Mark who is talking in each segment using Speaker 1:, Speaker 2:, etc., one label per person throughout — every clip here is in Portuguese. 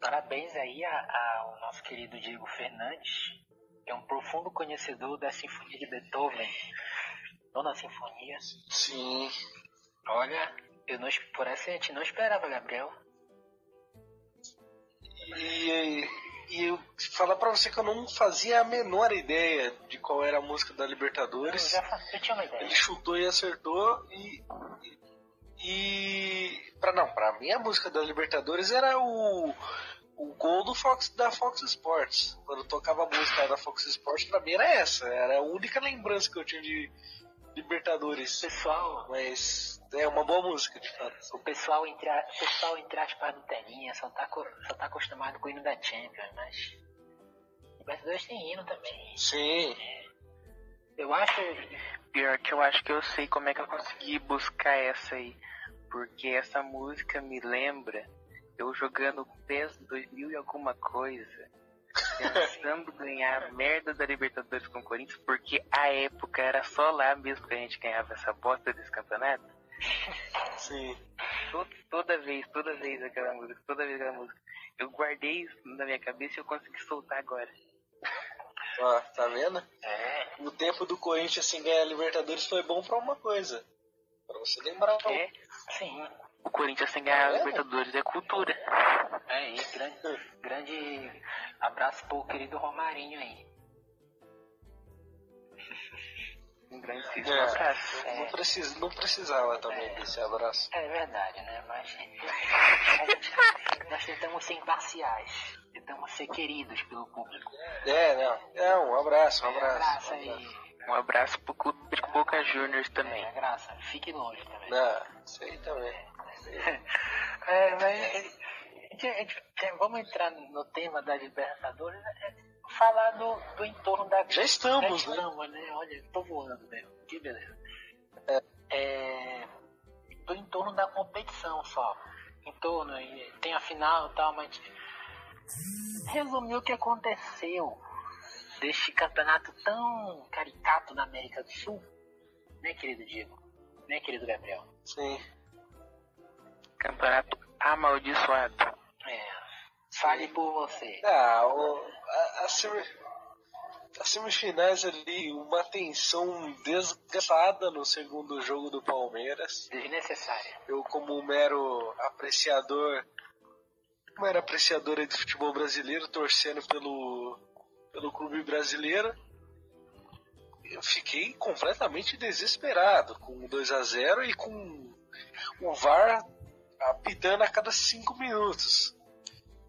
Speaker 1: Parabéns aí a- a- ao nosso querido Diego Fernandes, que é um profundo conhecedor da Sinfonia de Beethoven, Nona Sinfonia.
Speaker 2: Sim.
Speaker 1: Olha, eu não, es- por essa a gente não esperava, Gabriel.
Speaker 2: E, e eu falar pra você que eu não fazia a menor ideia de qual era a música da
Speaker 1: Eu,
Speaker 2: Libertadores.
Speaker 1: já, fa- eu tinha uma ideia.
Speaker 2: Ele chutou e acertou e. E. Pra, não, pra mim a música da Libertadores era o. O gol do Fox, da Fox Sports. Quando eu tocava a música da Fox Sports, pra mim era essa. Era a única lembrança que eu tinha de Libertadores.
Speaker 1: Pessoal,
Speaker 2: Mas é uma boa música, de
Speaker 1: o
Speaker 2: fato.
Speaker 1: pessoal entre, a- o pessoal entre aspas do Telinha só tá, co- só tá acostumado com o hino da Champions, mas. Libertadores tem hino também.
Speaker 2: Sim.
Speaker 1: Eu acho.
Speaker 3: Pior que eu acho que eu sei como é que eu consegui buscar essa aí. Porque essa música me lembra eu jogando PES 2000 e alguma coisa. Tentando ganhar a merda da Libertadores com o Corinthians, porque a época era só lá mesmo que a gente ganhava essa bosta desse campeonato.
Speaker 2: Sim.
Speaker 3: To- Toda vez, toda vez aquela música, toda vez aquela música. Eu guardei isso na minha cabeça e eu consegui soltar agora.
Speaker 2: Ó, tá vendo?
Speaker 1: É,
Speaker 2: O tempo do Corinthians sem ganhar a Libertadores foi bom pra uma coisa. Pra você lembrar. um
Speaker 3: É,
Speaker 1: sim.
Speaker 3: o Corinthians sem ganhar a
Speaker 2: É.
Speaker 3: Libertadores é cultura.
Speaker 1: Aí, É, grande, grande abraço pro querido Romarinho aí.
Speaker 3: Um grande
Speaker 2: É.
Speaker 3: abraço.
Speaker 2: Não, precisa, não precisava também
Speaker 1: É.
Speaker 2: desse abraço.
Speaker 1: É verdade, né? Mas a gente- nós tentamos ser imparciais. Tentamos ser queridos pelo público.
Speaker 2: É, não. É, um abraço, um abraço.
Speaker 1: Graça
Speaker 2: um
Speaker 1: aí.
Speaker 2: abraço.
Speaker 3: Um abraço pro Clube de Boca Juniors também.
Speaker 1: É, graça. Fique longe também.
Speaker 2: Não, Ah, isso aí também.
Speaker 1: É, mas a gente- a gente- vamos entrar no tema da Libertadores. é, Falar do, do entorno da
Speaker 2: Já estamos,
Speaker 1: Já
Speaker 2: né?
Speaker 1: estamos, né? Olha, tô voando mesmo. Que beleza. É, do entorno da competição só. Em torno, e tem a final e tal, mas. Resumiu o que aconteceu deste campeonato tão caricato na América do Sul. Né, querido Diego? Né, querido Gabriel?
Speaker 2: Sim.
Speaker 3: Campeonato amaldiçoado.
Speaker 1: É. Fale por você.
Speaker 2: Ah, o, a, a semi- as semifinais ali, uma tensão desgraçada no segundo jogo do Palmeiras.
Speaker 1: Desnecessária.
Speaker 2: Eu, como um mero apreciador, um mero apreciador aí do futebol brasileiro, torcendo pelo, pelo clube brasileiro, eu fiquei completamente desesperado com 2 a 0 e com o VAR apitando a cada 5 minutos.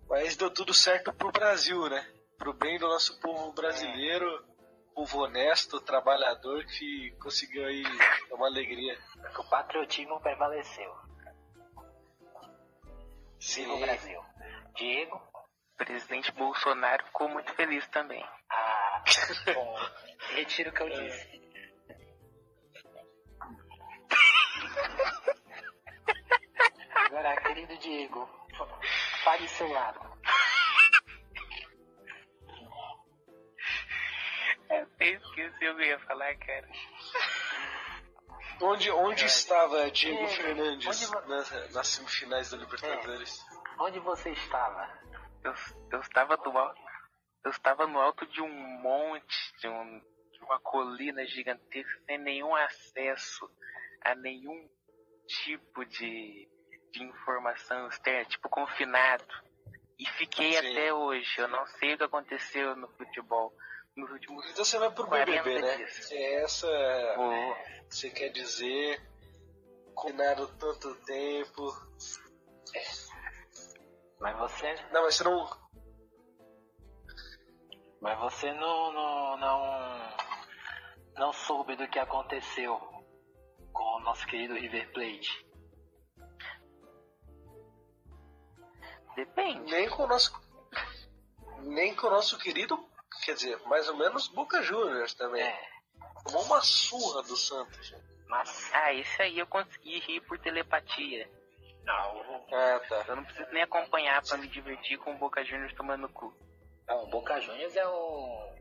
Speaker 2: Mas deu tudo certo pro Brasil, né? Pro bem do nosso povo brasileiro, povo honesto, trabalhador que conseguiu aí é uma alegria.
Speaker 1: O patriotismo prevaleceu. Viva o
Speaker 2: Sim.
Speaker 1: Brasil. Diego?
Speaker 3: O presidente Bolsonaro ficou muito feliz também.
Speaker 1: Ah, bom. Retiro o que eu disse. Agora, querido Diego, fale seu lado.
Speaker 3: Eu até esqueci o que eu ia falar, cara.
Speaker 2: Onde, onde estava Diego
Speaker 1: Onde-
Speaker 2: Fernandes
Speaker 1: onde-
Speaker 2: nas, nas semifinais da Libertadores?
Speaker 1: Onde você estava?
Speaker 3: Eu, eu estava do alto. Eu estava no alto de um monte, de, um, de uma colina gigantesca, sem nenhum acesso a nenhum tipo de, de informação externa, tipo confinado. E fiquei
Speaker 2: Sim.
Speaker 3: até hoje. Eu não sei o que aconteceu no futebol. Nos últimos
Speaker 2: Então você vai pro
Speaker 3: 40
Speaker 2: BBB, né?
Speaker 3: dias.
Speaker 2: Se é essa
Speaker 3: Vou-
Speaker 2: você quer dizer, combinaram tanto tempo.
Speaker 1: Mas você,
Speaker 2: Não, mas você não.
Speaker 1: mas você não, não, não, não soube do que aconteceu com o nosso querido River Plate.
Speaker 3: Depende.
Speaker 2: Nem com o nosso. Nem com o nosso querido. Quer dizer, mais ou menos Boca Juniors também.
Speaker 1: É,
Speaker 2: Tomou uma surra do Santos.
Speaker 1: mas
Speaker 3: Ah, esse aí eu consegui rir por telepatia.
Speaker 1: não,
Speaker 2: Ah, tá.
Speaker 3: Eu não preciso nem acompanhar pra me divertir com o Boca Juniors tomando cu.
Speaker 1: Não, o Boca Juniors é um-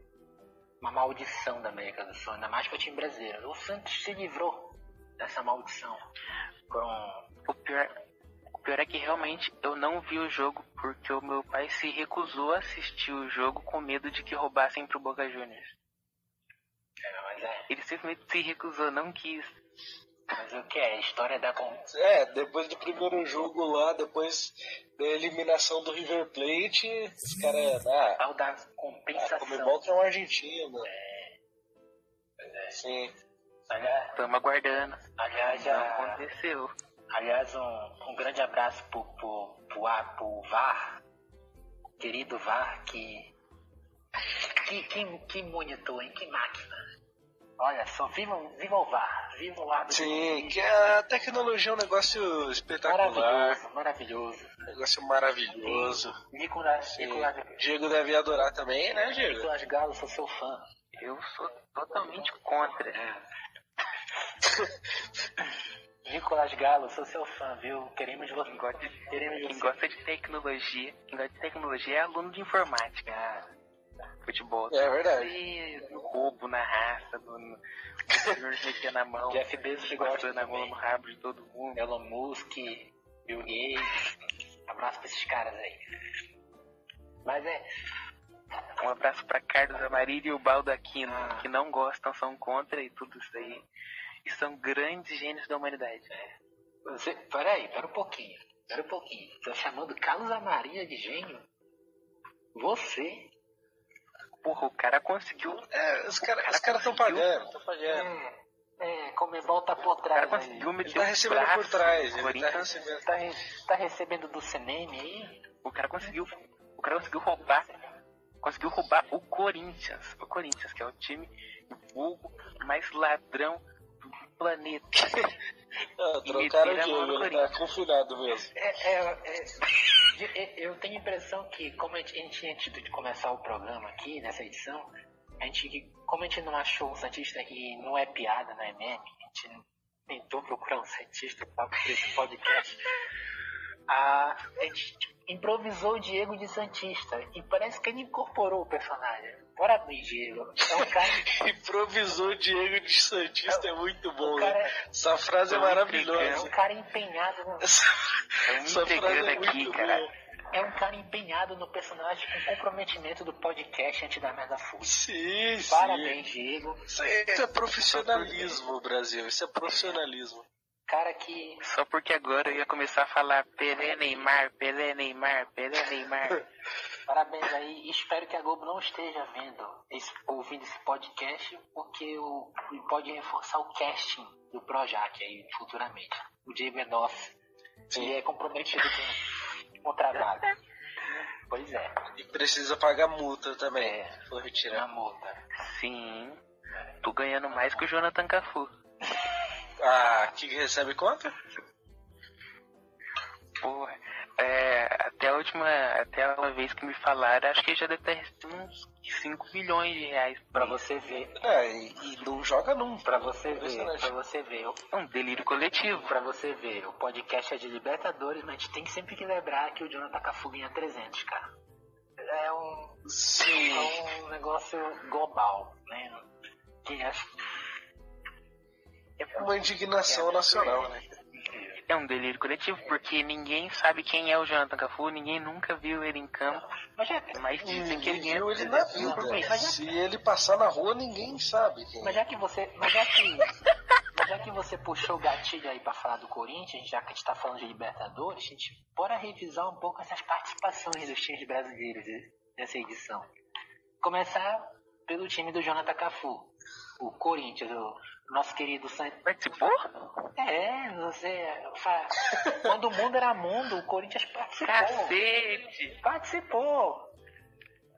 Speaker 1: uma maldição da América do Sul, ainda mais para o time brasileiro. O Santos se livrou dessa maldição com
Speaker 3: O pior, o pior é que realmente eu não vi o jogo porque o meu pai se recusou a assistir o jogo com medo de que roubassem pro Boca Juniors.
Speaker 1: É, mas é.
Speaker 3: Ele simplesmente se recusou, não quis.
Speaker 1: Mas o que é? A história da con-
Speaker 2: É, depois do primeiro jogo lá, depois da eliminação do River Plate, os caras. Ah,
Speaker 1: tal da
Speaker 2: a
Speaker 1: compensação.
Speaker 2: Comebol que é uma Argentina. É. Sim.
Speaker 1: Aliás,
Speaker 3: Tamo aguardando. Então,
Speaker 1: aliás,
Speaker 3: Não
Speaker 1: a-
Speaker 3: aconteceu.
Speaker 1: aliás um, um grande abraço pro, pro, pro, A- pro VAR, querido VAR, que, que, que, que monitor, hein? Que máquina. Olha só, viva, viva o VAR, viva o árbitro.
Speaker 2: Sim, que a tecnologia é um negócio espetacular,
Speaker 1: Maravilhoso, maravilhoso.
Speaker 2: um negócio maravilhoso.
Speaker 1: Nicolas,
Speaker 2: Sim.
Speaker 1: Nicolas,
Speaker 2: Diego deve adorar também, né, Diego?
Speaker 1: Nicolas Galo, sou seu fã.
Speaker 3: Eu sou totalmente contra.
Speaker 1: Nicolas Galo, sou seu fã, viu? Queremos você.
Speaker 3: Quem gosta de,
Speaker 1: Queremos
Speaker 3: quem
Speaker 1: você.
Speaker 3: gosta de tecnologia, quem gosta de tecnologia é aluno de informática. Futebol.
Speaker 2: É verdade.
Speaker 3: E no roubo, na raça, no, no, no na mão,
Speaker 1: Jeff Bezos gosta
Speaker 3: passando a mão
Speaker 1: também.
Speaker 3: no rabo de todo mundo.
Speaker 1: Elon Musk, Bill Gates. Abraço pra esses caras aí. Mas é.
Speaker 3: Um abraço pra Carlos Amarilho e o Baldo Aquino, que não gostam, são contra e tudo isso aí. E são grandes gênios da humanidade.
Speaker 1: Você, peraí, pera um pouquinho. Pera um pouquinho. Tô chamando Carlos Amarinha de gênio? Você?
Speaker 3: Porra, o cara conseguiu. O
Speaker 2: É, os caras os caras estão pagando, estão pagando.
Speaker 1: É. É, Comebol tá por
Speaker 3: cara
Speaker 1: trás. aí.
Speaker 3: conseguiu meter
Speaker 2: Ele tá
Speaker 3: o
Speaker 2: recebendo
Speaker 3: braço
Speaker 2: por trás,
Speaker 3: no
Speaker 2: ele tá
Speaker 3: Corinthians.
Speaker 2: recebendo.
Speaker 1: Tá, re- tá recebendo do cinema aí?
Speaker 3: O cara conseguiu. O cara conseguiu roubar. Conseguiu roubar o Corinthians. O Corinthians, que é o time vulgo mais ladrão do planeta.
Speaker 2: Ah, trocaram o
Speaker 3: meteram a mão no
Speaker 2: Diego, ele tá confinado mesmo.
Speaker 1: É, é, é, de- é, eu tenho a impressão que, como a gente, a gente- antes de começar o programa aqui, nessa edição, a gente, como a gente não achou um cientista que não é piada, não é meme, a gente tentou procurar um cientista para esse podcast, né? a, a gente improvisou o Diego de Santista e parece que ele incorporou o personagem. Parabéns, Diego. É um cara.
Speaker 2: Improvisou o Diego de Santista, é muito bom,
Speaker 1: O
Speaker 2: né?
Speaker 1: cara é-
Speaker 2: Essa frase é
Speaker 3: Tô
Speaker 1: é um
Speaker 2: maravilhosa.
Speaker 1: cara empenhado no,
Speaker 2: Essa,
Speaker 3: Estão me
Speaker 2: essa frase
Speaker 3: entregando
Speaker 2: é
Speaker 3: aqui,
Speaker 2: muito
Speaker 3: cara.
Speaker 2: boa.
Speaker 1: é um cara empenhado no personagem com comprometimento do podcast antes da merda full.
Speaker 2: Sim, sim.
Speaker 1: Parabéns, Diego.
Speaker 2: Isso é, isso é profissionalismo, Brasil. Isso é profissionalismo.
Speaker 1: Cara que.
Speaker 3: Só porque agora eu ia começar a falar Pelé Neymar, Pelé Neymar, Pelé Neymar.
Speaker 1: Parabéns aí. Espero que a Globo não esteja vendo, esse, ouvindo esse podcast, porque o, pode reforçar o casting do Projac aí futuramente. O Diego é nosso. Ele é comprometido com, com o trabalho. Pois é,
Speaker 2: E precisa pagar multa também.
Speaker 1: É.
Speaker 2: Vou
Speaker 1: na
Speaker 2: retirar.
Speaker 1: multa.
Speaker 3: Sim. Tô ganhando mais que o Jonathan Cafu.
Speaker 2: Ah, que recebe quanto?
Speaker 3: Porra. É, até a última. Até a última vez que me falaram, acho que já deve ter recebido uns 5 milhões de reais.
Speaker 1: Pra você ver.
Speaker 2: Ah, e, e não joga nunca.
Speaker 1: Pra você ver,
Speaker 2: Impressionante.
Speaker 1: pra você ver, eu-
Speaker 3: É um delírio coletivo.
Speaker 1: pra você ver, o podcast é de Libertadores, mas a gente tem que sempre que lembrar que o Jonathan tá Cafu ganha 300, cara. É um,
Speaker 2: Sim.
Speaker 1: é um negócio global, né? Que acho
Speaker 2: É Uma indignação nacional, né?
Speaker 3: É um delírio coletivo, porque ninguém sabe quem é o Jonathan Cafu, ninguém nunca viu ele em campo,
Speaker 1: Mas já,
Speaker 3: mas dizem que ele
Speaker 2: Ninguém
Speaker 3: ganha
Speaker 2: viu ele na
Speaker 3: 300 mil por mês.
Speaker 2: vida. Se ele passar na rua, ninguém sabe. quem
Speaker 1: é mas já que você. Mas já que, mas já que você puxou o gatilho aí pra falar do Corinthians, já que a gente tá falando de Libertadores, gente, bora revisar um pouco essas participações dos times brasileiros de- nessa edição. Começar pelo time do Jonathan Cafu. O Corinthians, o nosso querido San...
Speaker 3: Participou?
Speaker 1: É, você. fa- Quando o mundo era mundo, o Corinthians participou.
Speaker 3: Cacete!
Speaker 1: Participou!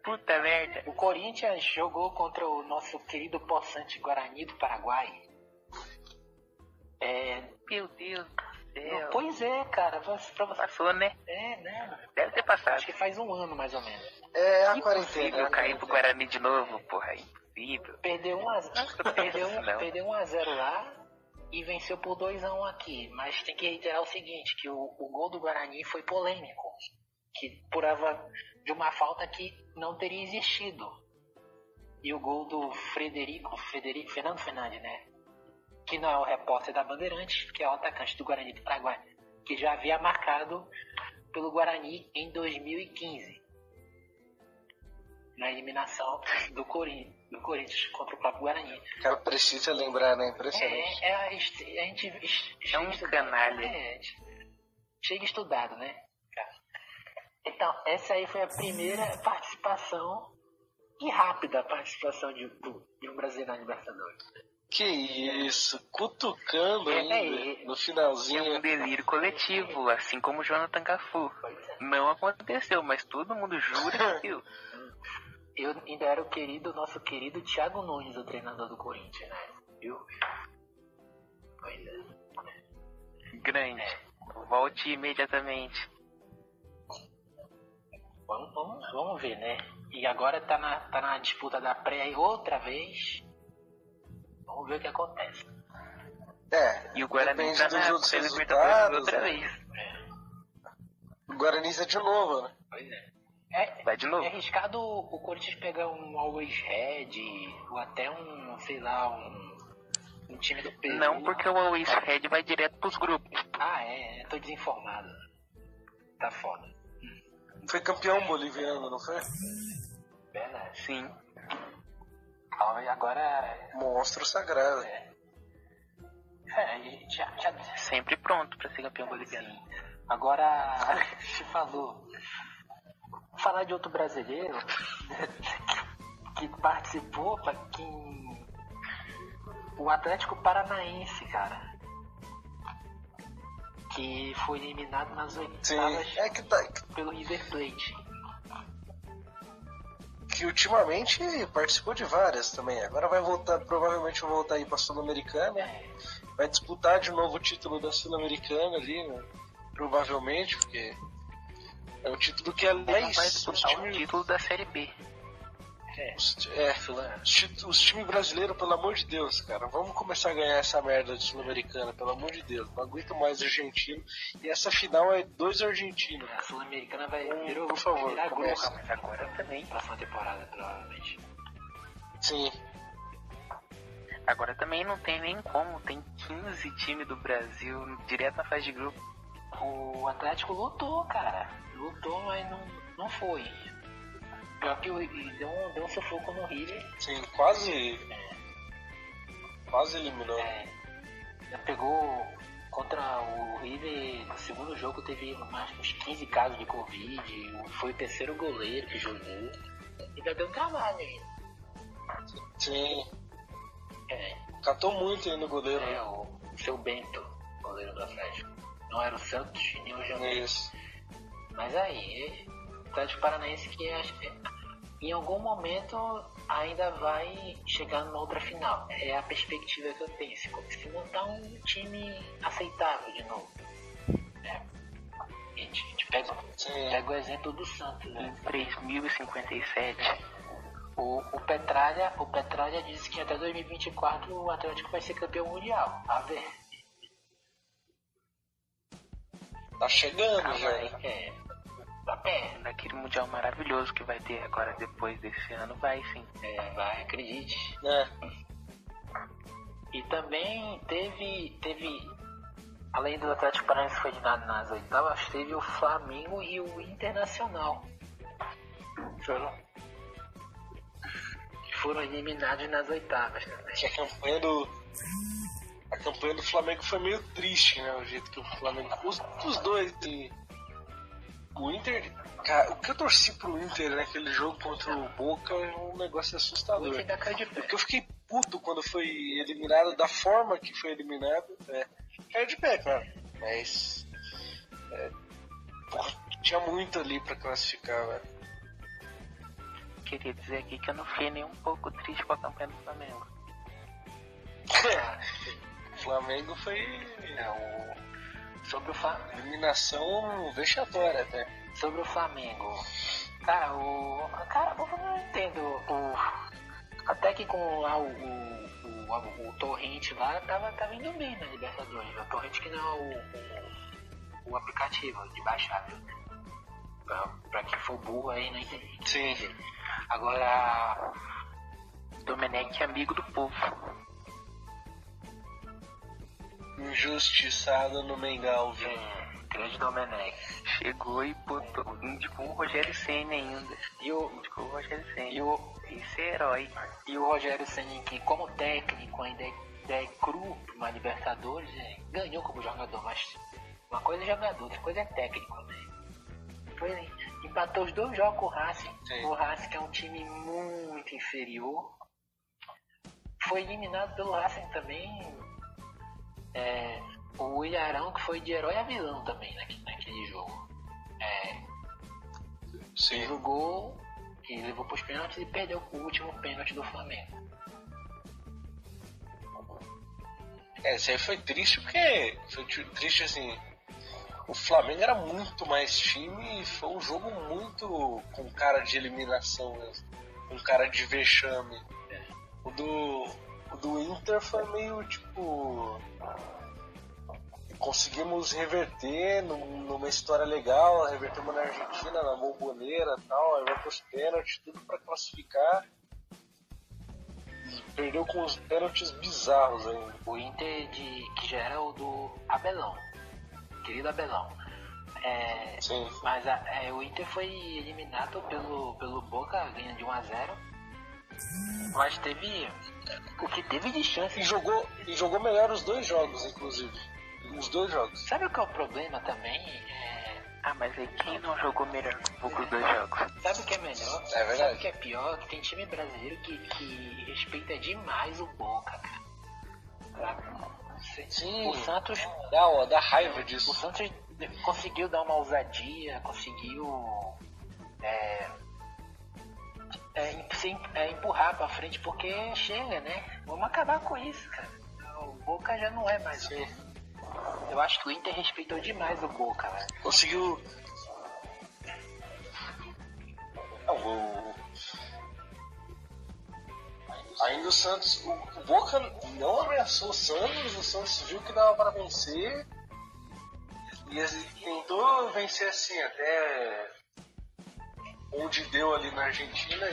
Speaker 3: Puta merda!
Speaker 1: O Corinthians jogou contra o nosso querido possante Guarani do Paraguai. É,
Speaker 3: Meu Deus do céu!
Speaker 1: pois é, cara. Pra pra você,
Speaker 3: Passou, né?
Speaker 1: é, né?
Speaker 3: Deve ter
Speaker 1: Acho
Speaker 3: passado.
Speaker 1: que faz um ano mais ou menos.
Speaker 2: É a
Speaker 3: Impossível
Speaker 2: quarentena.
Speaker 3: cair pro Guarani de novo, porra. é Impossível.
Speaker 1: Perdeu 1 a 0 perdeu, um-
Speaker 3: Não.
Speaker 1: perdeu 1 a 0 lá e venceu por 2 a 1 aqui. Mas tem que reiterar o seguinte, que o, o gol do Guarani foi polêmico. Que purava de uma falta que não teria existido. E o gol do Frederico, Frederico Fernando Fernandes, né? Que não é o repórter da Bandeirante, que é o atacante do Guarani do Paraguai. que já havia marcado pelo Guarani em 2015. Na eliminação do Corinthians, do Corinthians contra o próprio Guarani.
Speaker 2: O cara precisa lembrar, né? Impressionante.
Speaker 1: É, é, a, gente, a gente
Speaker 3: É um canalha.
Speaker 1: É, chega estudado, né? cara? Então, essa aí foi a primeira participação e rápida participação de, do- de um brasileiro na Libertadores.
Speaker 2: Que isso, cutucando
Speaker 1: É,
Speaker 2: ainda
Speaker 1: é.
Speaker 2: no
Speaker 3: É um
Speaker 2: finalzinho.
Speaker 3: delírio coletivo, assim como Jonathan Cafu.
Speaker 1: Pois é.
Speaker 3: Não aconteceu, mas todo mundo jura que viu.
Speaker 1: Eu ainda era o querido, nosso querido Thiago Nunes, o treinador do Corinthians, né? Viu? Pois é.
Speaker 3: Grande. Volte imediatamente.
Speaker 1: Vamos, vamos, vamos ver, né? E agora tá na, tá na disputa da pré aí outra vez. Vamos ver o que acontece.
Speaker 2: É,
Speaker 3: E o Guarani
Speaker 2: depende
Speaker 3: tá
Speaker 2: dos
Speaker 3: na
Speaker 2: outros
Speaker 3: Libertadores
Speaker 2: resultados,
Speaker 3: outra
Speaker 2: né?
Speaker 3: vez.
Speaker 2: o Guarani é de novo, né?
Speaker 1: Pois é. É,
Speaker 3: Vai de novo.
Speaker 1: é arriscado o Corinthians pegar um Always Red ou até um, sei lá, um, um time do Peru.
Speaker 3: Não, porque o Always Red vai direto pros grupos.
Speaker 1: Ah, é, eu tô desinformado. Tá foda.
Speaker 2: Foi campeão boliviano, não foi?
Speaker 1: Verdade.
Speaker 3: Sim.
Speaker 1: Calma, e agora.
Speaker 2: Monstro sagrado.
Speaker 1: É, e já, já,
Speaker 3: Sempre pronto pra ser campeão boliviano.
Speaker 1: Sim. Agora, se falou. Falar de outro brasileiro que participou, pra quem. O Atlético Paranaense, cara. Que foi eliminado nas
Speaker 2: Sim,
Speaker 1: oitavas
Speaker 2: é que, tá,
Speaker 1: pelo River Plate.
Speaker 2: que ultimamente participou de várias também. Agora vai voltar, provavelmente vai voltar aí pra Sul-Americana. Vai disputar de novo o título da Sul-Americana ali, né? provavelmente, porque é um título que
Speaker 3: Ele vai
Speaker 2: aliás os
Speaker 3: disputar o
Speaker 2: times
Speaker 3: título da Série B.
Speaker 2: Os, ti- é, os ti- os times brasileiros, pelo amor de Deus, cara, vamos começar a ganhar essa merda de Sul-Americana, pelo amor de Deus. Não aguento mais argentino. E essa final é dois argentinos.
Speaker 1: A Sul-Americana vai
Speaker 3: Um,
Speaker 2: Hum,
Speaker 1: virou,
Speaker 2: por favor,
Speaker 1: vai virar grupo
Speaker 2: começa.
Speaker 1: mas agora também. Próxima temporada, provavelmente.
Speaker 2: Sim,
Speaker 3: Agora também não tem nem como, tem 15 times do Brasil direto na fase de grupo.
Speaker 1: O Atlético lutou, cara. Lutou, mas não, não foi. Pior que o, e deu, um, deu um sufoco no River.
Speaker 2: sim, quase. Quase eliminou.
Speaker 1: É, já pegou contra o River. No segundo jogo teve mais uns 15 casos de Covid. Foi o terceiro goleiro que jogou. Ainda deu um trabalho ainda.
Speaker 2: Sim,
Speaker 1: É,
Speaker 2: catou muito aí no goleiro.
Speaker 1: é
Speaker 2: né?
Speaker 1: o, o seu Bento, goleiro do Atlético. Não era o Santos, nem o Janeiro.
Speaker 2: Isso.
Speaker 1: Mas aí, o Atlético Paranaense que é, acho que em algum momento ainda vai chegar numa outra final. É a perspectiva que eu tenho. Se co- se montar um time aceitável de novo. né? A gente, a gente pega,
Speaker 2: Sim.
Speaker 1: pega o exemplo do Santos.
Speaker 3: Em
Speaker 1: Né?
Speaker 3: 3057,
Speaker 1: O, o, Petralha, o Petralha disse que até 2024 o Atlético vai ser campeão mundial. A ver.
Speaker 2: Tá chegando, né? velho.
Speaker 1: É, tá perto.
Speaker 3: naquele mundial maravilhoso que vai ter agora depois desse ano, vai sim.
Speaker 1: É, vai, acredite.
Speaker 2: É.
Speaker 1: E também teve, teve além do Atlético Paranaense foi eliminado nas oitavas, teve o Flamengo e o Internacional. Foram, foram eliminados nas oitavas também.
Speaker 2: Que a campanha do. A campanha do Flamengo foi meio triste, né? O jeito que o Flamengo. Os, os dois. E, o Inter. Cara, o que eu torci pro Inter naquele jogo contra o Boca é um negócio
Speaker 1: O
Speaker 2: assustador.
Speaker 1: Inter ainda caiu de pé.
Speaker 2: É Porque eu fiquei puto quando foi eliminado, da forma que foi eliminado. É, caiu de pé, cara. Mas. é, porra, tinha muito ali pra classificar, velho.
Speaker 3: Queria dizer aqui que eu não fiquei nem um pouco triste com a campanha do Flamengo.
Speaker 2: O Flamengo foi.
Speaker 1: É, o- Sobre o, Fla-
Speaker 2: Eliminação vexatória até.
Speaker 1: sobre o Flamengo. Cara, o. Cara, eu não entendo. O... Até que com lá o, o, o, a- o Torrente lá tava, tava indo bem na Libertadores. O Torrente que não é o, o, o aplicativo de baixar. viu? Pra, pra quem for burro aí não entende.
Speaker 2: Sim.
Speaker 1: Agora.
Speaker 3: Domenech é amigo do povo.
Speaker 2: Injustiçado no Mengão, viu?
Speaker 1: é, Grande Domenech.
Speaker 3: Chegou e botou. Indicou o Rogério Senna ainda.
Speaker 1: E o,
Speaker 3: Indicou o Rogério Senna.
Speaker 1: e o,
Speaker 3: Esse herói.
Speaker 1: e o Rogério Senna, que como técnico ainda é, ainda é cru pra uma Libertadores, é, ganhou como jogador, mas uma coisa é jogador, outra coisa é técnico, né? Foi, empatou os dois jogos com o Racing.
Speaker 2: Sim.
Speaker 1: O Racing que é um time muito inferior. Foi eliminado pelo Racing também. é, o Ilharão, que foi de herói a vilão também naque- naquele jogo. É,
Speaker 2: Sim.
Speaker 1: Fez o gol e levou pros pênaltis e perdeu o último pênalti do Flamengo.
Speaker 2: É, isso aí foi triste porque foi tri- triste assim. O Flamengo era muito mais time e foi um jogo muito com cara de eliminação mesmo. Com cara de vexame. O do, o do Inter foi meio tipo. Conseguimos reverter num- numa história legal, revertemos na Argentina, na bomboneira e tal, aí vai pros pênaltis, tudo pra classificar. E perdeu com os pênaltis bizarros ainda.
Speaker 1: O Inter de, que já era o do Abelão, querido Abelão. É,
Speaker 2: Sim.
Speaker 1: mas a- é, o Inter foi eliminado pelo, pelo Boca, ganhando de 1 a 0 Mas teve. O que teve de chance.
Speaker 2: E jogou, e jogou melhor os dois jogos, inclusive. Os dois jogos.
Speaker 1: Sabe o que é o problema também? É,
Speaker 3: Ah, mas aí quem não jogou melhor que o Boca os dois jogos?
Speaker 1: sabe o que é melhor?
Speaker 2: É verdade.
Speaker 1: Sabe o que é pior? Que tem time brasileiro que, que respeita demais o Boca, cara. Sabe?
Speaker 2: Sim. É.
Speaker 1: O Santos
Speaker 2: Dá, ó, dá raiva
Speaker 1: O
Speaker 2: disso.
Speaker 1: Santos conseguiu dar uma ousadia, conseguiu é, é, em- se em- é, empurrar pra frente, porque chega, né? Vamos acabar com isso, cara. O Boca já não é mais o mesmo. Eu acho que o Inter respeitou demais o Boca, né?
Speaker 2: Conseguiu. Não, o... Ainda o Santos. O o Boca não ameaçou o Santos, o Santos viu que dava pra vencer. E assim, tentou vencer assim até onde deu ali na Argentina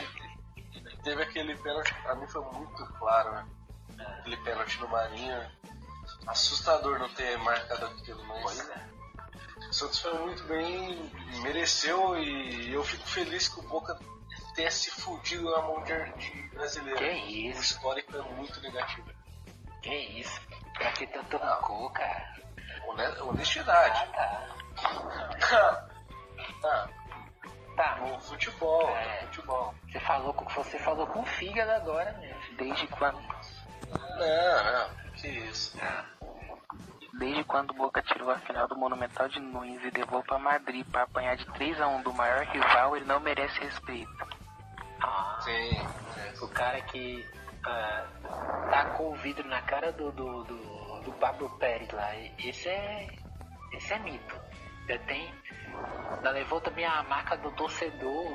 Speaker 2: e teve aquele pênalti que pra mim foi muito claro, né? Aquele pênalti no Marinho. Assustador não ter marcado aquilo, mas.
Speaker 1: é.
Speaker 2: O Santos foi muito bem, mereceu e eu fico feliz que o Boca tenha se fudido na mão de, de brasileiro.
Speaker 1: Que isso.
Speaker 2: O histórico é muito negativo.
Speaker 1: Que isso? Pra que tanto rancor, cara?
Speaker 2: Hone- Honestidade.
Speaker 1: Tá,
Speaker 2: tá. Tá.
Speaker 1: tá.
Speaker 2: O futebol.
Speaker 1: É.
Speaker 2: o Futebol.
Speaker 1: Você falou com, você falou com o fígado agora né? mesmo.
Speaker 3: Desde quando,
Speaker 2: Não, não. Que isso.
Speaker 3: desde quando o Boca tirou a final do Monumental de Nunes e levou pra Madrid pra apanhar de 3 a 1 do maior rival, ele não merece respeito.
Speaker 1: Ah.
Speaker 2: Sim.
Speaker 1: O cara que ah, tacou o vidro na cara do, do, do, do Pablo Pérez lá. E- Esse é. Esse é mito. Já tem. Ela levou também a marca do torcedor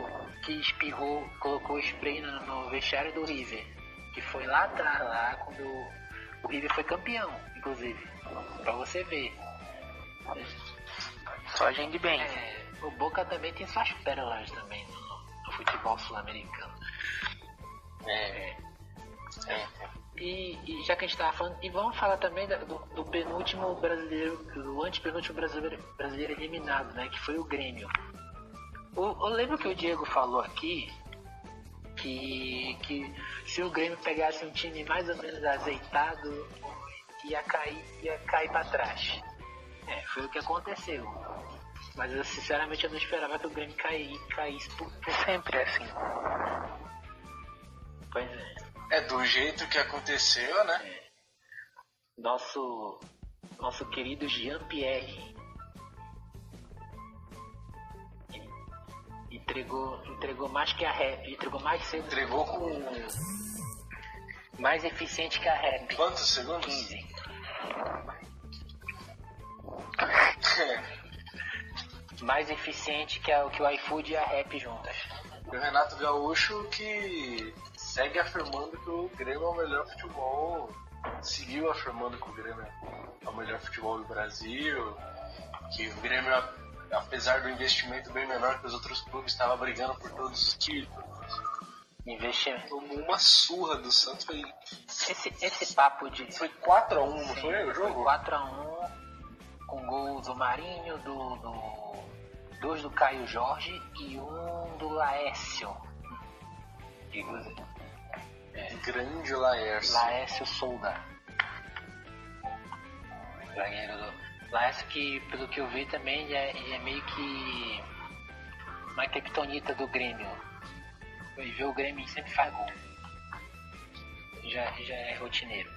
Speaker 1: que espirrou, colocou spray no, no vestiário do River. Que foi lá atrás, lá quando o River foi campeão, inclusive. Pra você ver.
Speaker 3: Só gente bem.
Speaker 1: É, o Boca também tem suas pérolas também no, no futebol sul-americano.
Speaker 2: É. É.
Speaker 1: E, e já que a gente tava falando, e vamos falar também da- do, do penúltimo brasileiro, do antepenúltimo brasileiro, brasileiro eliminado, né? Que foi o Grêmio. O, eu lembro que o Diego falou aqui que, que se o Grêmio pegasse um time mais ou menos azeitado, ia cair, ia cair pra trás. É, foi o que aconteceu. Mas eu sinceramente eu não esperava que o Grêmio caí- caísse por, por...
Speaker 3: Sempre é assim.
Speaker 1: Pois é.
Speaker 2: É do jeito que aconteceu, né?
Speaker 1: nosso nosso querido Jean Pierre entregou entregou mais que a rap entregou mais cedo
Speaker 2: Entregou com
Speaker 1: mais eficiente que a rap
Speaker 2: quantos segundos?
Speaker 1: 15 mais eficiente que, a, que o iFood e a rap juntas
Speaker 2: o Renato Gaúcho que segue afirmando que o Grêmio é o melhor futebol, seguiu afirmando que o Grêmio é o melhor futebol do Brasil, que o Grêmio, apesar do investimento bem menor que os outros clubes, estava brigando por todos os títulos.
Speaker 1: investimento
Speaker 2: Tomou uma surra do Santos, foi,
Speaker 1: esse, esse papo de
Speaker 2: um, foi 4x1, não foi o jogo?
Speaker 1: 4 a 1 com gol do Marinho, do, do- dois do Caio Jorge e um do Laércio. Inclusive,
Speaker 2: Grande Laércio.
Speaker 1: Laércio Solda. Zagueiro do. Laércio que, pelo que eu vi também, ele é, ele é meio que uma criptonita do Grêmio. E vê o Grêmio sempre faz gol. Já, já é rotineiro.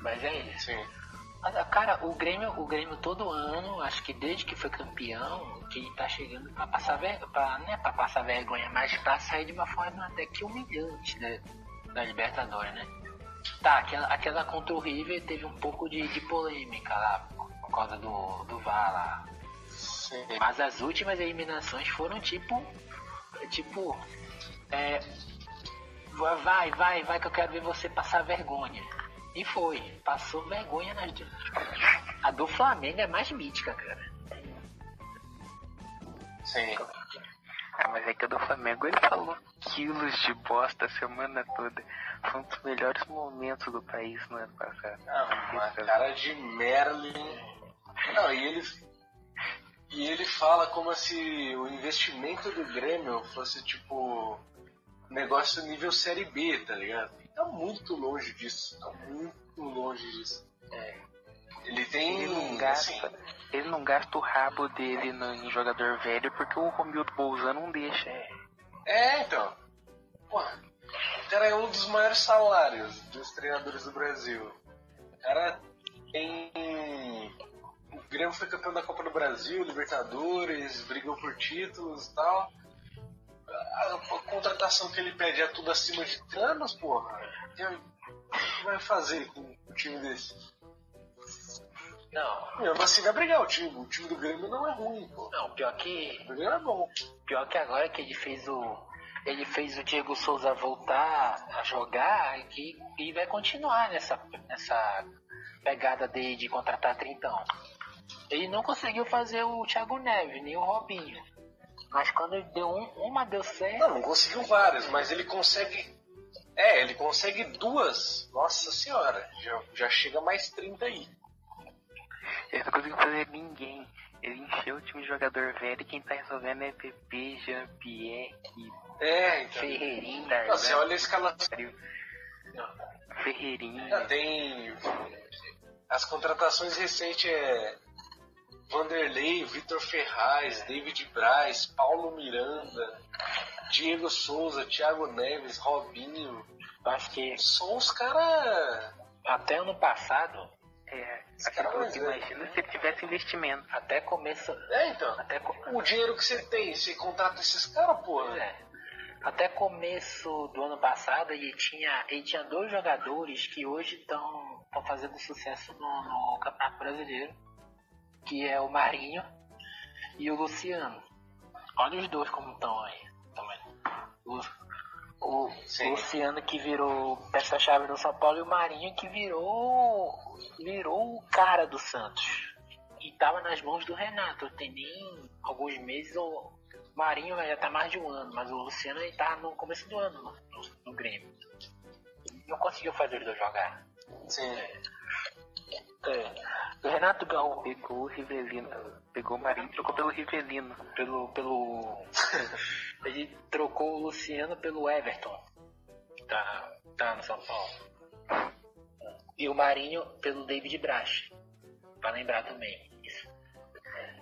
Speaker 1: Mas é isso.
Speaker 2: Sim.
Speaker 1: Mas, Cara, o Grêmio, o Grêmio todo ano, acho que desde que foi campeão, que tá chegando pra passar vergonha, pra, né, pra passar vergonha, mas pra sair de uma forma até que humilhante né, da Libertadores, né? Tá, aquela, aquela contra o River teve um pouco de, de polêmica lá, por causa do, do VAR lá.
Speaker 2: Sim.
Speaker 1: Mas as últimas eliminações foram tipo. Tipo. É, vai, vai, vai, vai que eu quero ver você passar vergonha. E foi. Passou vergonha nas duas. A do Flamengo é mais mítica, cara.
Speaker 2: Sim.
Speaker 3: Ah, mas é que o do Flamengo ele falou quilos de bosta a semana toda. Foi um dos melhores momentos do país no ano passado.
Speaker 2: Ah, uma cara de Merlin. Não, e ele. E ele fala como se o investimento do Grêmio fosse tipo. Negócio nível série B, tá ligado? Tá muito longe disso. Tá muito longe disso. Ele tem.
Speaker 3: É. Ele não gasta.
Speaker 2: assim,
Speaker 3: Ele não gasta o rabo dele no, em jogador velho porque o Romildo Bolzan não deixa.
Speaker 2: É, então. Pô, o cara é um dos maiores salários dos treinadores do Brasil. O cara tem. O Grêmio foi campeão da Copa do Brasil, Libertadores, brigou por títulos e tal. A, a contratação que ele pede é tudo acima de Thanos, porra. O que o que vai fazer com um time desse?
Speaker 1: Não,
Speaker 2: Mesmo assim, vai brigar o time. O time do Grêmio não é ruim, pô.
Speaker 1: não, pior que.
Speaker 2: O Grêmio é bom.
Speaker 1: Pior que agora que ele fez o. Ele fez o Diego Souza voltar a jogar e, e vai continuar nessa, nessa pegada dele de contratar trintão. Ele não conseguiu fazer o Thiago Neves, nem o Robinho. Mas quando ele deu um, uma deu certo.
Speaker 2: Não, não conseguiu várias, mas ele consegue. É, ele consegue duas. Nossa senhora, já, já chega mais 30 aí.
Speaker 3: Ele não conseguiu fazer ninguém. Ele encheu o time de jogador velho e quem tá resolvendo é PP, Jean-Pierre,
Speaker 2: É, então.
Speaker 1: Ferreirinho,
Speaker 2: Não, Você
Speaker 3: Darlan,
Speaker 2: olha a escalação.
Speaker 3: Ferreirinho.
Speaker 2: já Tem. As contratações recentes é. Vanderlei, Vitor Ferraz, David Braz, Paulo Miranda, Diego Souza, Thiago Neves, Robinho.
Speaker 1: Eu acho que
Speaker 2: São os caras.
Speaker 1: até ano passado,
Speaker 3: É,
Speaker 2: Esse cara
Speaker 3: assim,
Speaker 2: é um
Speaker 3: você
Speaker 2: zero.
Speaker 3: imagina se ele tivesse investimento.
Speaker 1: até começo.
Speaker 2: É, então.
Speaker 1: Até, co-
Speaker 2: O dinheiro que você tem, você contrata esses caras, porra.
Speaker 1: É. Até começo do ano passado ele tinha, ele tinha dois jogadores que hoje estão fazendo sucesso no, no Campeonato Brasileiro, que é o Marinho e o Luciano. Olha os dois como estão aí. Também. O, o
Speaker 2: Sim.
Speaker 1: Luciano que virou peça-chave no São Paulo e o Marinho que virou virou o cara do Santos. E tava nas mãos do Renato. Tem nem alguns meses o Marinho já tá mais de um ano, mas o Luciano ele tá no começo do ano no, no Grêmio. Não conseguiu fazer os dois jogar.
Speaker 2: Sim.
Speaker 1: O Renato Gaúcho
Speaker 3: Pegou o Rivelino. Pegou o Marinho e trocou pelo Rivelino.
Speaker 1: pelo. pelo. ele trocou o Luciano pelo Everton. Tá, tá no São Paulo. E o Marinho pelo David Braz. Pra lembrar também. Isso.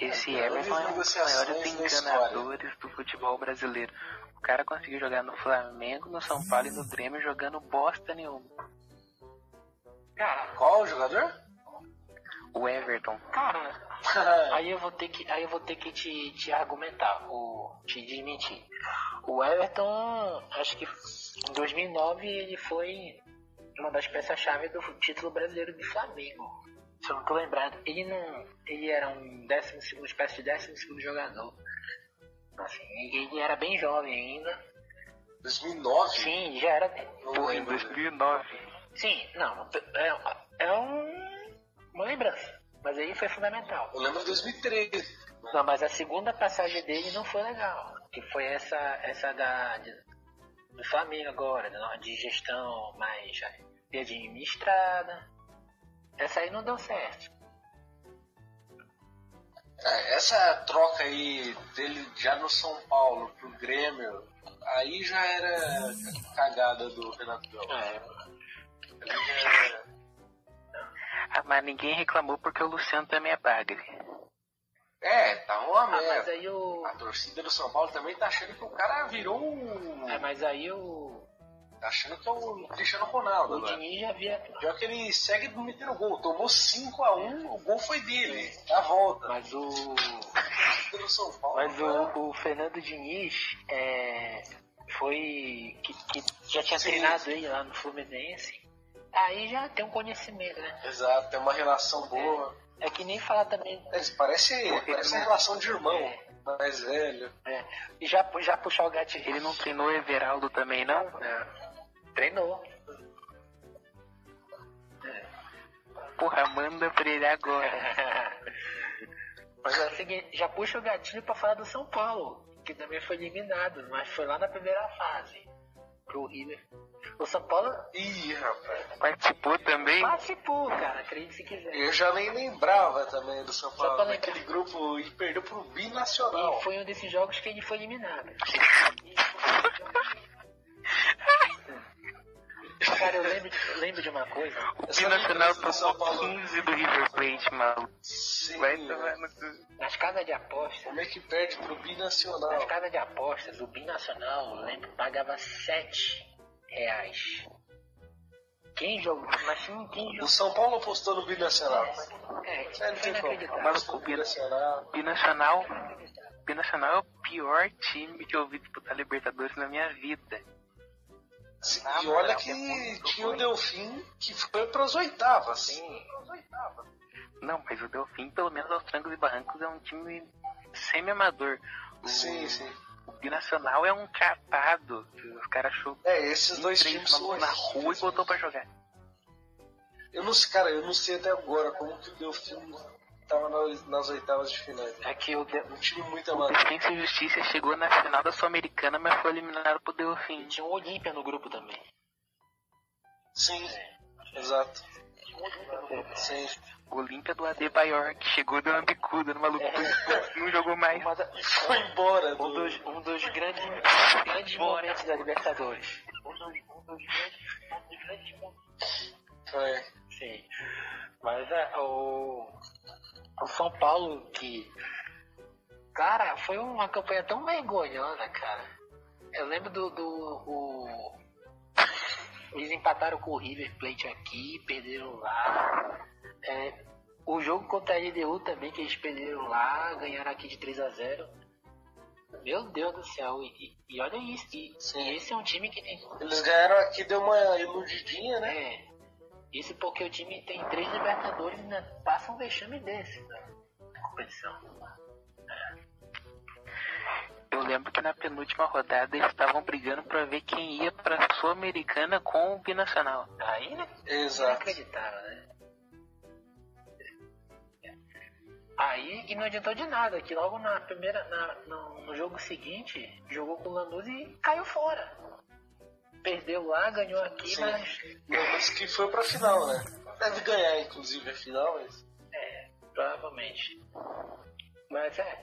Speaker 3: Esse
Speaker 2: Cara,
Speaker 3: Everton é um dos
Speaker 2: negociações
Speaker 3: maiores
Speaker 2: da história.
Speaker 3: enganadores do futebol brasileiro. O cara conseguiu jogar no Flamengo, no São Paulo e no Grêmio jogando bosta nenhuma.
Speaker 1: Cara,
Speaker 2: Qual o jogador?
Speaker 3: O Everton.
Speaker 1: cara, Aí eu vou ter que, aí eu vou ter que te, te argumentar, ou te desmentir. O Everton, acho que em 2009 ele foi uma das peças-chave do título brasileiro do Flamengo. Se eu não tô lembrado, ele não, ele era um décimo segundo, espécie de décimo segundo jogador. Assim, e ele era bem jovem ainda.
Speaker 2: 2009?
Speaker 1: Sim, já era.
Speaker 2: Não
Speaker 3: Porra, em
Speaker 2: lembro.
Speaker 3: 2009.
Speaker 1: Sim, não, é, é um, uma lembrança. Mas aí foi fundamental.
Speaker 2: Eu lembro de 2013.
Speaker 1: Não, mas a segunda passagem dele não foi legal. Que foi essa, essa da, de- do Flamengo agora, da- de gestão mais administrada. Essa aí não deu certo.
Speaker 2: É, Essa troca aí dele já no São Paulo pro Grêmio, aí já era cagada do Renato Gaúcho.
Speaker 1: É.
Speaker 2: Ali já era-
Speaker 3: Ah, mas ninguém reclamou porque o Luciano também é bagre.
Speaker 2: É, tá uma
Speaker 1: Ah, mas
Speaker 2: merda.
Speaker 1: aí o.
Speaker 2: A torcida do São Paulo também tá achando que o cara virou um.
Speaker 1: É, mas aí o.
Speaker 2: Tá achando que é um Cristiano Ronaldo
Speaker 1: O
Speaker 2: agora.
Speaker 1: Diniz já havia.
Speaker 2: Pior que ele segue metendo gol. Tomou 5x1, o gol foi dele. Na volta.
Speaker 1: Mas o.
Speaker 2: Pelo São Paulo. tá
Speaker 1: Mas o, o Fernando Diniz é, foi. Que, que já tinha
Speaker 2: Sim.
Speaker 1: treinado ele lá no Fluminense. Aí já tem um conhecimento, né?
Speaker 2: Exato, tem uma relação boa.
Speaker 1: É que nem falar também.
Speaker 2: Eles parece,
Speaker 3: É,
Speaker 2: parece
Speaker 3: né?
Speaker 2: uma relação de irmão.
Speaker 1: É.
Speaker 2: Mais velho.
Speaker 1: É, e já, já puxar o gatilho.
Speaker 3: Ele não treinou Everaldo também, não?
Speaker 1: treinou.
Speaker 3: Porra, manda pra ele agora.
Speaker 1: Mas é o seguinte, já puxa o gatilho pra falar do São Paulo, que também foi eliminado, mas foi lá na primeira fase. Pro River. O São Paulo
Speaker 2: Ih, rapaz.
Speaker 3: Participou também?
Speaker 1: participou, cara, acredite se quiser.
Speaker 2: Eu já nem lembrava também do São
Speaker 1: Só
Speaker 2: Paulo.
Speaker 1: pra lembrar.
Speaker 2: Aquele grupo e perdeu pro
Speaker 1: E
Speaker 2: Binacional.
Speaker 1: foi um desses jogos que ele foi eliminado. Cara, eu lembro de, lembro de uma coisa.
Speaker 3: O
Speaker 2: Essa
Speaker 3: Binacional um
Speaker 2: liderança do São
Speaker 3: tomou
Speaker 2: Paulo.
Speaker 3: 15 do River Plate, maluco.
Speaker 2: Sim. né?
Speaker 3: Vai tomar no cu.
Speaker 1: Nas casas de apostas,
Speaker 2: Como é que perde pro
Speaker 1: Nas
Speaker 2: Binacional?
Speaker 1: casas de apostas, o Binacional, eu lembro, pagava 7 reais. Quem jogou? Mas sim, quem
Speaker 2: O
Speaker 1: jogou?
Speaker 2: São Paulo apostou no Binacional.
Speaker 1: É,
Speaker 2: Isso aí não
Speaker 1: foi
Speaker 2: tem como.
Speaker 1: inacreditável.
Speaker 3: Mas-
Speaker 2: Apostou no Binacional.
Speaker 3: Binacional. Binacional é o pior time que eu vi disputar Libertadores na minha vida. Ah,
Speaker 2: E olha
Speaker 3: mas é
Speaker 2: que
Speaker 3: muito
Speaker 2: tinha o
Speaker 3: ruim.
Speaker 2: Delfim que foi pras oitavas.
Speaker 1: Sim.
Speaker 3: Não, mas o Delfim, pelo menos aos trancos e barrancos, é um time semi-amador. O-
Speaker 2: Sim, sim.
Speaker 3: O Binacional é um catado. que Os caras achou
Speaker 2: É, esses dois
Speaker 3: três
Speaker 2: times são
Speaker 3: malucos na rua e botou pra jogar.
Speaker 2: Eu não sei, cara, eu não sei até agora como que o Delfim tava na- nas oitavas de final.
Speaker 1: É que o De-
Speaker 2: Um time muito
Speaker 3: O
Speaker 2: amador.
Speaker 3: Defensa e Justiça chegou na final da Sul-Americana, mas foi eliminado pro Delfim.
Speaker 1: tinha um Olímpia no grupo também.
Speaker 2: Sim, exato. Sim.
Speaker 3: O Olímpia do AD Bayor, que chegou deu uma bicuda no maluco,
Speaker 2: É.
Speaker 3: não jogou mais.
Speaker 1: Mas,
Speaker 2: E foi embora
Speaker 1: um,
Speaker 2: do.
Speaker 1: dos, um dos grandes, grandes momentos da Libertadores. Um dos, um dos grandes, um dos grandes momentos.
Speaker 2: É.
Speaker 1: Sim. Mas é, o, o São Paulo que. Cara, foi uma campanha tão vergonhosa, cara. Eu lembro do. do o- eles empataram com o River Plate aqui, perderam lá. É, o jogo contra a LDU também, que eles perderam lá, ganharam aqui de 3 a 0 Meu Deus do céu, e, e olha isso. E,
Speaker 2: Sim.
Speaker 1: e esse é um time que tem
Speaker 2: Eles ganharam aqui, deu uma iludidinha, né?
Speaker 1: é. Isso porque o time tem três Libertadores e ainda passa um vexame desse na competição.
Speaker 3: É. Eu lembro que na penúltima rodada eles estavam brigando pra ver quem ia pra Sul-Americana com o Binacional.
Speaker 1: Aí né,
Speaker 2: Exato.
Speaker 1: inacreditável, né? Aí que não adiantou de nada, que logo na primeira, na- no, no jogo seguinte, jogou com o Lanús e caiu fora. Perdeu lá, ganhou aqui,
Speaker 2: Sim.
Speaker 1: mas
Speaker 2: Mas que foi pra final, né? Deve ganhar, inclusive, a final, mas.
Speaker 1: provavelmente. Mas é,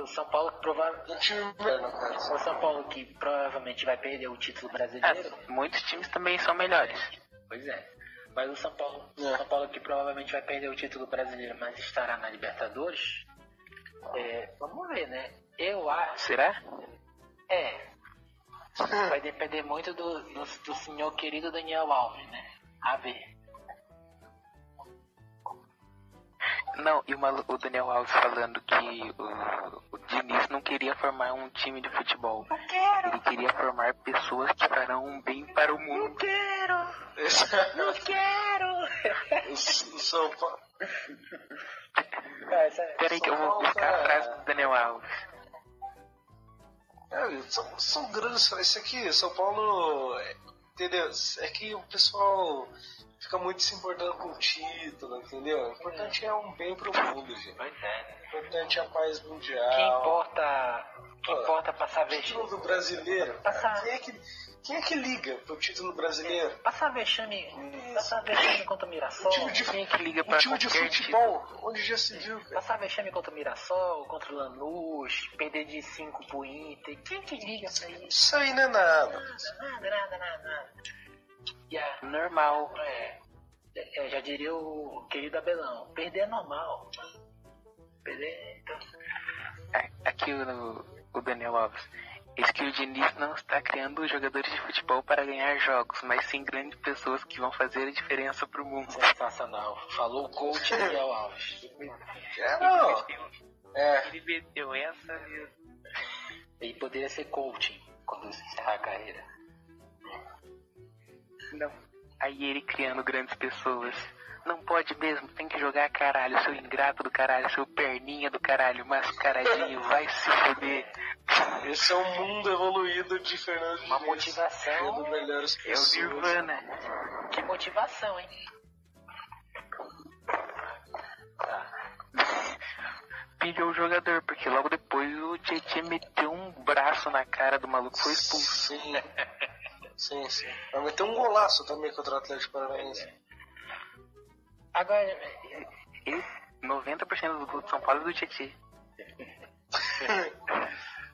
Speaker 1: o São Paulo provavelmente.
Speaker 2: Um time melhor, cara.
Speaker 1: O São Paulo que provavelmente vai perder o título
Speaker 3: Ah,
Speaker 1: brasileiro.
Speaker 3: muitos times também são melhores.
Speaker 1: Pois é. Mas o São Paulo,
Speaker 2: É.
Speaker 1: São Paulo que provavelmente vai perder o título brasileiro, mas estará na Libertadores. é, vamos ver, né? Eu acho.
Speaker 3: Será?
Speaker 1: É. Vai depender muito do, do, do senhor querido Daniel Alves, né? A ver.
Speaker 3: Não, e o, malu- o Daniel Alves falando que o, o Diniz não queria formar um time de futebol.
Speaker 1: Eu quero!
Speaker 3: Ele queria formar pessoas que farão um bem para o
Speaker 1: Eu
Speaker 3: mundo.
Speaker 1: quero!
Speaker 2: Exato.
Speaker 1: Eu quero!
Speaker 2: O São Paulo.
Speaker 1: Cara, sério.
Speaker 3: Peraí que eu vou buscar a frase do Daniel Alves.
Speaker 2: É, são, são grandes. Isso aqui, São Paulo. é, Entendeu? É que o pessoal fica muito se importando com o título, entendeu? O importante é um bem pro mundo, gente.
Speaker 1: Pois é.
Speaker 2: O importante é a paz
Speaker 1: O que
Speaker 2: mundial.
Speaker 1: importa, o que importa passar vexame.
Speaker 2: Título do brasileiro.
Speaker 1: Passar-
Speaker 2: cara. Quem é que, quem é que liga pro título brasileiro?
Speaker 1: Passar vexame, passar vexame contra o Mirassol.
Speaker 2: time de,
Speaker 3: Quem é que liga
Speaker 2: um
Speaker 3: pra
Speaker 2: time de
Speaker 3: qualquer
Speaker 2: futebol. Onde já se viu, cara?
Speaker 1: Passar vexame contra o Mirassol, contra o Lanús, perder de 5 pro Inter. Quem que liga pra isso?
Speaker 2: Isso aí não é nada.
Speaker 1: Nada, nada, nada, nada. E a-
Speaker 3: Normal.
Speaker 1: É, eu já diria o querido Abelão, perder é normal. Perder. então,
Speaker 3: A- Aqui o, o Daniel Alves. Diz que o Diniz não está criando jogadores de futebol para ganhar jogos, mas sim grandes pessoas que vão fazer a diferença pro mundo.
Speaker 1: é Sensacional. Falou o coach Daniel Alves.
Speaker 2: É, não. É,
Speaker 3: Ele meteu essa mesmo.
Speaker 1: Ele poderia ser coaching quando encerrar a carreira.
Speaker 3: Não. Aí ele criando grandes pessoas. Não pode mesmo, tem que jogar caralho, seu ingrato do caralho, seu perninha do caralho, mascaradinho, vai se foder.
Speaker 2: esse é o mundo evoluído de Fernando
Speaker 1: Uma
Speaker 2: Diniz.
Speaker 1: motivação.
Speaker 2: Sendo melhores
Speaker 3: É o
Speaker 2: pessoas.
Speaker 3: Nirvana.
Speaker 1: Que motivação, hein?
Speaker 3: Pilhou o jogador, porque logo depois o Tietchan meteu um braço na cara do maluco, foi expulso.
Speaker 2: Sim. Sim, sim. Vai meter um golaço também contra o Atlético Paranaense.
Speaker 1: Agora,
Speaker 3: Ele, 90% dos gols de São Paulo é do Tietchan.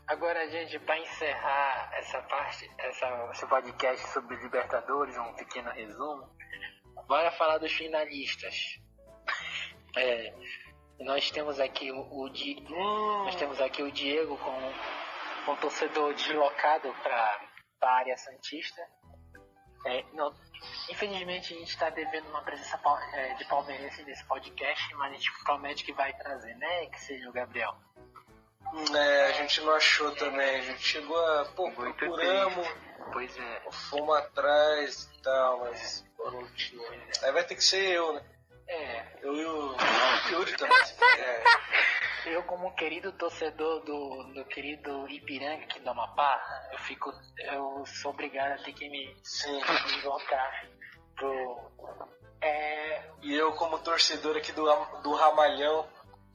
Speaker 1: agora gente, para encerrar essa parte, essa, esse podcast sobre Libertadores, um pequeno resumo, bora falar dos finalistas. É, nós temos aqui o, o Di-
Speaker 2: Hum,
Speaker 1: Nós temos aqui o Diego com, com um torcedor deslocado para a área Santista. É, não- infelizmente a gente está devendo uma presença pal- é, de palmeirense nesse podcast, mas a gente promete que vai trazer, né? Que seja o Gabriel.
Speaker 2: é, a gente não achou também. A gente chegou a. Pô,
Speaker 3: Muito
Speaker 2: procuramos,
Speaker 1: Pois é.
Speaker 2: fomos atrás e tal, mas. pô, não tinha. Aí vai ter que ser eu, né?
Speaker 1: É,
Speaker 2: Eu e o o Yuri também. É.
Speaker 1: eu como um querido torcedor do, do querido Ipiranga aqui do Amapá, eu fico. Eu sou obrigado a ter que me
Speaker 2: Sim.
Speaker 1: deslocar pro. É,
Speaker 2: E eu, como torcedor aqui do, Ram- do Ramalhão,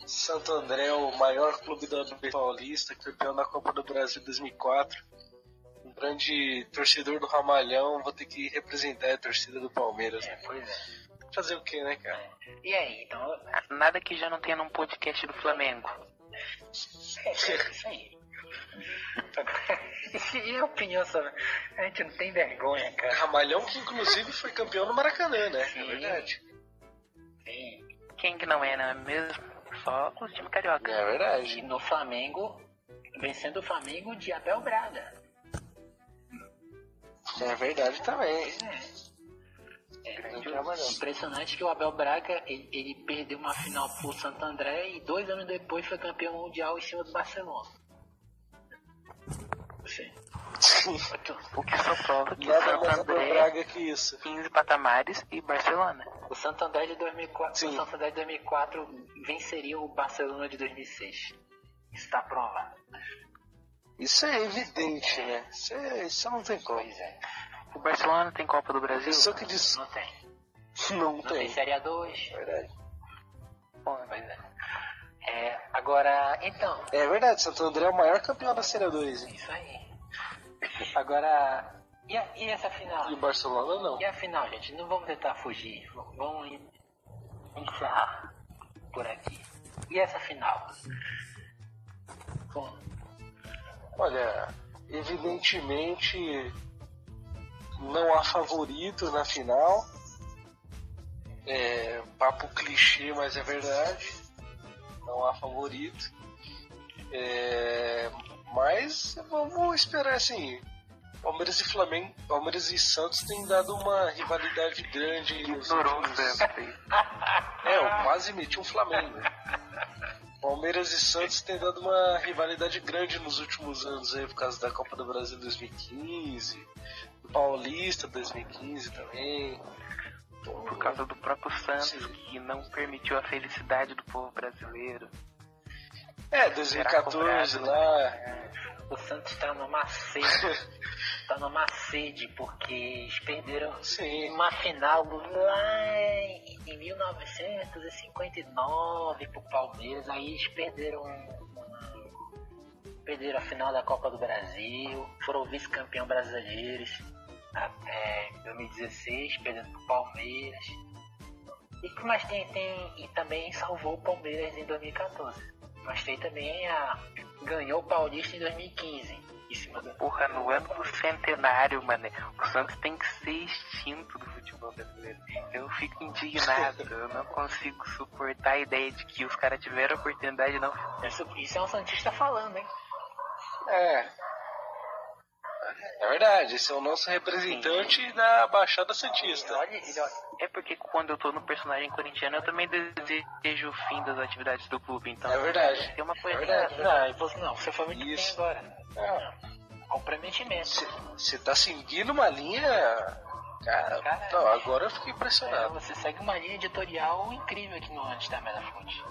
Speaker 2: Santo André, o maior clube da Liga Paulista, campeão da Copa do Brasil 2004. Um grande torcedor do Ramalhão, vou ter que representar a torcida do Palmeiras. né?
Speaker 1: é, pois é.
Speaker 2: Fazer o que, né, cara?
Speaker 1: E aí, então
Speaker 3: Nada que já não tenha num podcast do Flamengo.
Speaker 1: É, é isso aí. e a opinião sobre. A gente não tem vergonha, cara.
Speaker 2: É Ramalhão que, inclusive, foi campeão no Maracanã, né? É
Speaker 1: Sim.
Speaker 2: verdade.
Speaker 1: Sim.
Speaker 3: Quem que não é,
Speaker 1: né?
Speaker 3: não é mesmo? Só o time carioca.
Speaker 2: É
Speaker 1: E
Speaker 2: verdade.
Speaker 1: no Flamengo, vencendo o Flamengo de Abel Braga.
Speaker 2: É verdade também.
Speaker 1: É,
Speaker 2: Não trabalhou.
Speaker 1: impressionante que o Abel Braga ele, ele perdeu uma final pro Santo André e dois anos depois foi campeão mundial em cima do Barcelona. Sim.
Speaker 3: O que só prova que o
Speaker 2: Nada
Speaker 3: Santo
Speaker 2: mais Abel
Speaker 3: André
Speaker 2: Braga que isso.
Speaker 3: 15 patamares e Barcelona.
Speaker 1: O Santo André de 2004,
Speaker 2: Sim.
Speaker 1: o Santo André de 2004 venceria o Barcelona de 2006. Está provado.
Speaker 2: Isso é evidente, né? Isso, é- isso não tem como.
Speaker 1: Pois é.
Speaker 3: O Barcelona tem Copa do Brasil?
Speaker 2: Pessoa que diz
Speaker 1: Não tem.
Speaker 2: não
Speaker 1: Não tem
Speaker 2: tem.
Speaker 1: Série A2.
Speaker 2: É verdade.
Speaker 3: Pô,
Speaker 1: Pois é. É, agora, então,
Speaker 2: É verdade, Santo André é o maior campeão da Série 2. hein?
Speaker 1: isso aí. Agora, e, a- e essa final?
Speaker 2: E o Barcelona não.
Speaker 1: E a final, gente? Não vamos tentar fugir. V- Vamos en- encerrar por aqui. E essa final? Bom,
Speaker 2: Olha, evidentemente não há favorito na final. É papo clichê, mas é verdade. Não há favorito. É, mas vamos esperar assim. Palmeiras e Flamengo, Palmeiras e Santos têm dado uma rivalidade grande. nos
Speaker 3: ignorou
Speaker 2: últimos-
Speaker 3: sempre.
Speaker 2: É, eu quase meti um Flamengo. Palmeiras e Santos têm dado uma rivalidade grande nos últimos anos aí, por causa da Copa do Brasil 2015, do Paulista 2015 também. Então,
Speaker 3: Por causa do próprio Santos,
Speaker 2: Sim.
Speaker 3: que não permitiu a felicidade do povo brasileiro.
Speaker 2: É, 2014 lá.
Speaker 1: o Santos tá numa sede. tá numa sede porque eles perderam
Speaker 2: Sim.
Speaker 1: uma final lá em em 1959 pro Palmeiras, aí eles perderam um- um- perderam a final da Copa do Brasil, foram vice-campeão brasileiros é, até 2016, perdendo pro Palmeiras. E que mais tem, tem. E também salvou o Palmeiras em 2014. Mas tem também a. ganhou o Paulista em 2015. Em cima do.
Speaker 3: Porra, no ano do centenário, mané, o Santos tem que ser extinto do futebol brasileiro. Eu fico indignado, eu não consigo suportar a ideia de que os caras tiveram a oportunidade e não.
Speaker 1: Isso, isso é um Santista falando, hein?
Speaker 2: É. É verdade, esse é o nosso representante da Baixada Santista.
Speaker 1: Olha, ele, olha.
Speaker 3: É porque quando eu tô no personagem corintiano, eu também desejo o fim das atividades do clube, então.
Speaker 2: É verdade.
Speaker 3: Tem uma
Speaker 2: É
Speaker 3: coisa
Speaker 2: verdade.
Speaker 1: Não, e você, não, você foi muito
Speaker 2: Isso.
Speaker 1: bem agora. Não, comprometimento.
Speaker 2: Você tá seguindo uma linha. Cara,
Speaker 1: Cara,
Speaker 2: não, agora eu fiquei
Speaker 1: É,
Speaker 2: impressionado.
Speaker 1: você segue uma linha editorial incrível aqui no Antes da Metafonte.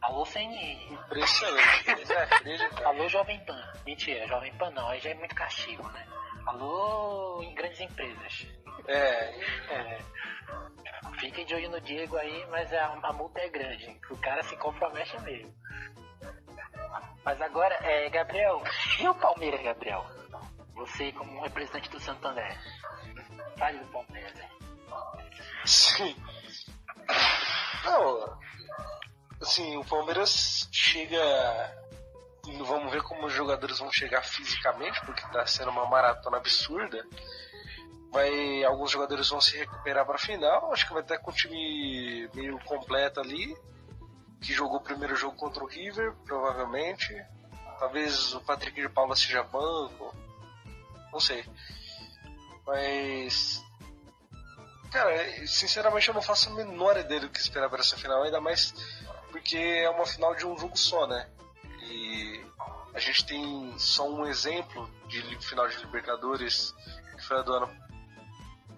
Speaker 1: Alô, CNN.
Speaker 2: Impressionante. é Inacreditável.
Speaker 1: Alô, Jovem Pan. Mentira, Jovem Pan não, aí já é muito castigo, né? Alô, em grandes empresas.
Speaker 2: É,
Speaker 1: É. Fiquem de olho no Diego aí, mas a, a multa é grande. O cara se compromete mesmo. Mas agora, é, Gabriel, e o Palmeiras, Gabriel? Você, como um representante do Santander, fale do Palmeiras. né?
Speaker 2: sim. Não, assim, o Palmeiras chega. Vamos ver como os jogadores vão chegar fisicamente, porque tá sendo uma maratona absurda. Vai, alguns jogadores vão se recuperar pra final. Acho que vai estar com o time meio completo ali. Que jogou o primeiro jogo contra o River, provavelmente. Talvez o Patrick de Paula seja banco. Não sei. Mas. Cara, é, sinceramente eu não faço a menor ideia do que esperar para essa final, ainda mais porque é uma final de um jogo só, né? E a gente tem só um exemplo de li- final de Libertadores, que foi a do ano.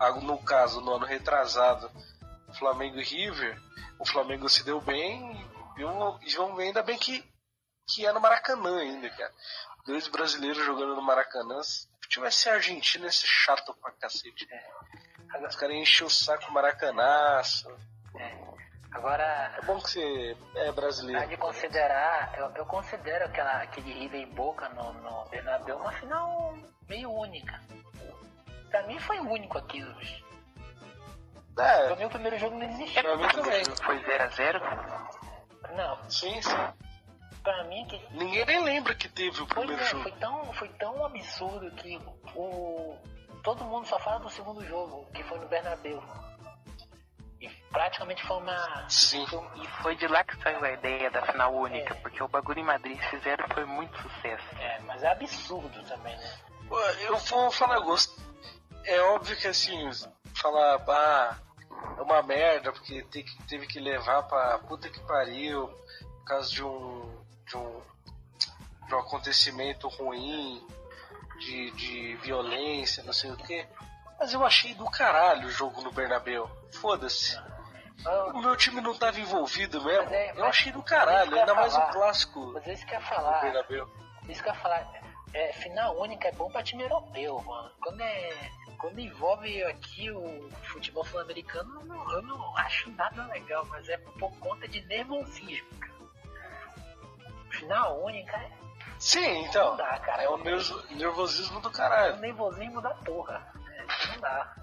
Speaker 2: ah, No caso, no ano retrasado, Flamengo e River. O Flamengo se deu bem e eu- e vamos ver ainda bem que, que é no Maracanã ainda, cara. Dois brasileiros jogando no Maracanã. Se tivesse a Argentina, ia ser chato pra cacete. Os caras enchem o saco maracanaço.
Speaker 1: Agora,
Speaker 2: É bom que você é
Speaker 1: Há
Speaker 2: brasileiro.
Speaker 1: de considerar, eu, eu considero aquela, aquele River e Boca no, no Bernabéu uma final meio única. Pra mim foi único aquilo. bicho. Pra
Speaker 2: É,
Speaker 1: mim o primeiro jogo não existiu.
Speaker 2: pra mim também.
Speaker 3: Foi 0x0?
Speaker 1: Não,
Speaker 2: Sim, sim.
Speaker 1: pra mim aquele.
Speaker 2: Ninguém nem lembra que teve o
Speaker 1: Pois
Speaker 2: primeiro
Speaker 1: é, foi
Speaker 2: jogo.
Speaker 1: tão, foi tão absurdo que o, todo mundo só fala do segundo jogo, que foi no Bernabéu. E praticamente foi uma.
Speaker 2: Sim.
Speaker 1: foi um-
Speaker 3: E foi de lá que saiu a ideia da final única,
Speaker 1: É.
Speaker 3: porque o bagulho em Madrid que fizeram foi muito sucesso.
Speaker 1: é, mas é absurdo também, né?
Speaker 2: Pô, Eu vou falar gosto. É óbvio que assim, falar, ah, é uma merda, porque te- teve que levar pra puta que pariu, por causa de um. de um, de um acontecimento ruim, de, de violência, não sei o quê. Mas eu achei do caralho o jogo no Bernabéu. Foda-se.
Speaker 1: Ah,
Speaker 2: O meu time não tava envolvido mesmo.
Speaker 1: Mas é-
Speaker 2: eu
Speaker 1: mas-
Speaker 2: achei do
Speaker 1: mas isso
Speaker 2: caralho,
Speaker 1: que eu ia
Speaker 2: ainda mais o
Speaker 1: falar.
Speaker 2: clássico do
Speaker 1: Mas é isso que eu ia falar.
Speaker 2: Bernabéu.
Speaker 1: Isso que eu ia falar. É, final única é bom pra time europeu, mano. Quando, é, quando envolve aqui o futebol sul-americano, eu não, eu não acho nada legal, mas é por conta de nervosismo, cara. Final única é
Speaker 2: Sim, então.
Speaker 1: Não dá, cara.
Speaker 2: É o nervo- nervosismo do
Speaker 1: o
Speaker 2: caralho.
Speaker 1: nervosismo da porra. É, não dá.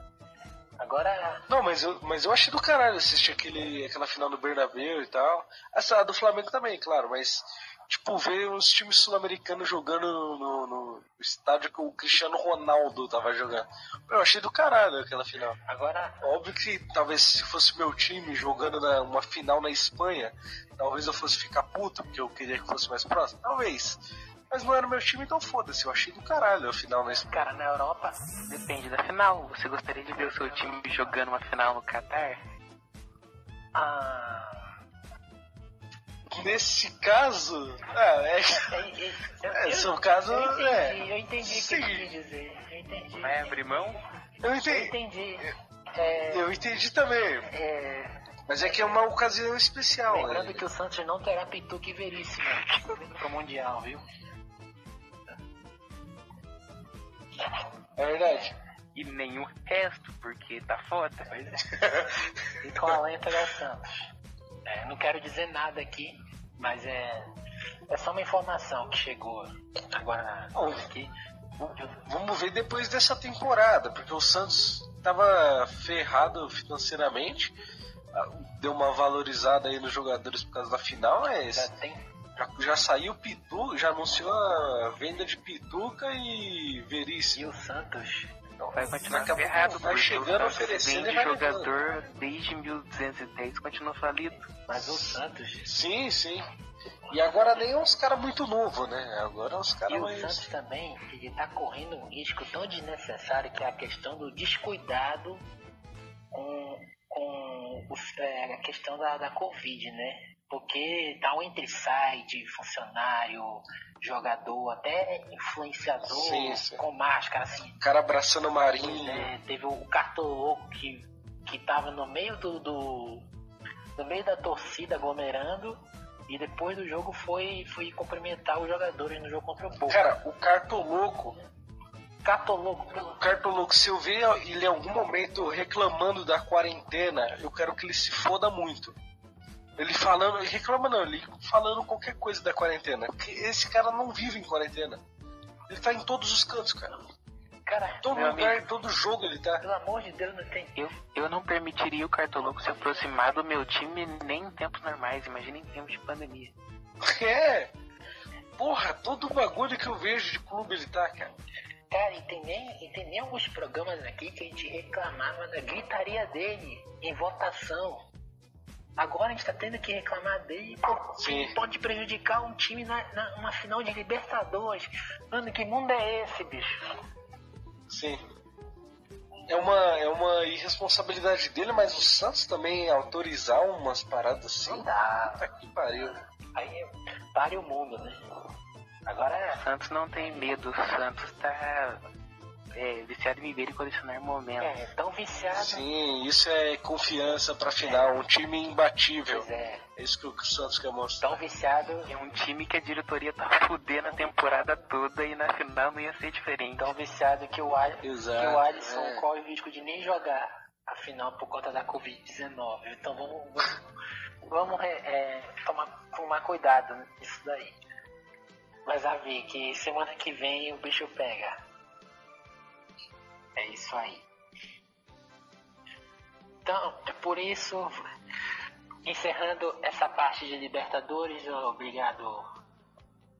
Speaker 1: Agora,
Speaker 2: Não, mas eu, mas eu achei do caralho assistir aquele, aquela final do Bernabéu e tal. Essa do Flamengo também, claro, mas tipo, ver os times sul-americanos jogando no, no estádio que o Cristiano Ronaldo tava jogando. Eu achei do caralho aquela final.
Speaker 1: agora,
Speaker 2: Óbvio que talvez se fosse meu time jogando na, uma final na Espanha, talvez eu fosse ficar puto, porque eu queria que fosse mais próximo. Talvez. Mas não era meu time, então foda-se. Eu achei do caralho a final na Espanha.
Speaker 1: cara, na Europa,
Speaker 3: Depende da final. Você gostaria de ver o seu time jogando uma final no Qatar?
Speaker 1: a.
Speaker 2: Nesse caso. Ah, é.
Speaker 1: É, é,
Speaker 2: É, seu caso,
Speaker 1: eu entendi,
Speaker 2: é.
Speaker 1: eu entendi o que
Speaker 2: Sim.
Speaker 1: ele quis dizer. Eu entendi.
Speaker 3: Vai abrir mão?
Speaker 2: Eu
Speaker 1: Eu
Speaker 2: entendi.
Speaker 1: entendi. É,
Speaker 2: Eu entendi também.
Speaker 1: é,
Speaker 2: Mas é que é uma ocasião especial.
Speaker 1: Lembrando
Speaker 2: né?
Speaker 1: que o Santos não terá Pituque e Veríssimo pro Mundial, viu?
Speaker 2: É verdade.
Speaker 3: E nenhum resto, porque tá foda, mas
Speaker 1: E com a lenta é o Santos. É, não quero dizer nada aqui, mas é. É só uma informação que chegou agora na aqui.
Speaker 2: Vamos ver depois dessa temporada, porque o Santos estava ferrado financeiramente, ah, deu uma valorizada aí nos jogadores por causa da final,
Speaker 1: Já
Speaker 2: mas
Speaker 1: tem
Speaker 2: já, já saiu Pitu, já anunciou a venda de Pituca e
Speaker 1: e
Speaker 2: Veríssimo.
Speaker 1: o Santos.
Speaker 3: Vai continuar
Speaker 2: Daqui a pouco
Speaker 3: ferrado,
Speaker 2: vai
Speaker 3: porque
Speaker 2: chegando,
Speaker 3: o Santos
Speaker 2: oferecendo e
Speaker 3: vende
Speaker 2: vai levando.
Speaker 3: jogador desde 1210, continua falido.
Speaker 1: Mas o Santos.
Speaker 2: Sim, sim. E agora nem é uns caras muito novos, né? Agora é uns
Speaker 1: E
Speaker 2: caras
Speaker 1: o
Speaker 2: mais.
Speaker 1: Santos também, ele tá correndo um risco tão desnecessário que é a questão do descuidado com, com os- é, a questão da, da Covid, né? Porque tá um entre sai de funcionário, jogador, até influenciador
Speaker 2: Sim, sim.
Speaker 1: com máscara, assim,
Speaker 2: O cara abraçando o
Speaker 1: Pois
Speaker 2: Marinho.
Speaker 1: é, teve o Cartoloco que, que tava no meio do, do- no meio da torcida aglomerando e depois do jogo foi, foi cumprimentar os jogadores no jogo contra o Boca.
Speaker 2: Cara, o Cartoloco.
Speaker 1: Cartoloco,
Speaker 2: O Cartoloco, se eu ver ele em algum momento reclamando da quarentena, eu quero que ele se foda muito. Ele falando, ele reclama não, ele falando qualquer coisa da quarentena. Porque esse cara não vive em quarentena. Ele tá em todos os cantos, cara.
Speaker 1: cara,
Speaker 2: Todo
Speaker 3: Meu
Speaker 2: lugar, todo jogo ele tá.
Speaker 1: pelo amor de Deus, não tem.
Speaker 3: Eu, eu não permitiria o Cartoloco se aproximar do meu time nem em tempos normais, imagina em tempos de pandemia.
Speaker 2: É! Porra, todo bagulho que eu vejo de clube ele tá, cara.
Speaker 1: Cara, e tem nem, e tem nem alguns programas aqui que a gente reclamava da gritaria dele em votação. Agora a gente tá tendo que reclamar dele por
Speaker 2: Sim.
Speaker 1: pode prejudicar um time na, na uma final de Libertadores. Mano, que mundo é esse, bicho?
Speaker 2: Sim. É uma, é uma irresponsabilidade dele, mas o Santos também autorizar umas paradas assim.
Speaker 1: Não dá.
Speaker 2: Puta que pariu.
Speaker 1: Aí é- pare o mundo, né? Agora, é,
Speaker 3: Santos não tem medo, o Santos tá é, viciado em viver e colecionar momentos.
Speaker 1: é tão viciado.
Speaker 2: Sim, isso é confiança pra final. Um time imbatível.
Speaker 1: Pois é,
Speaker 2: É isso que o Santos quer mostrar.
Speaker 1: tão viciado.
Speaker 3: É um time que a diretoria tá fudendo a temporada toda e na final não ia ser diferente.
Speaker 2: Então,
Speaker 1: Tão viciado que o, Al-
Speaker 2: Exato,
Speaker 1: Então, que o Alisson
Speaker 2: é.
Speaker 1: corre o risco de nem jogar a final por conta da Covid-19. Então vamos, vamos, vamos, é, é, tomar, tomar cuidado nisso daí. Mas a ver que semana que vem o bicho pega. É isso aí. Então, é por isso, encerrando essa parte de Libertadores, obrigado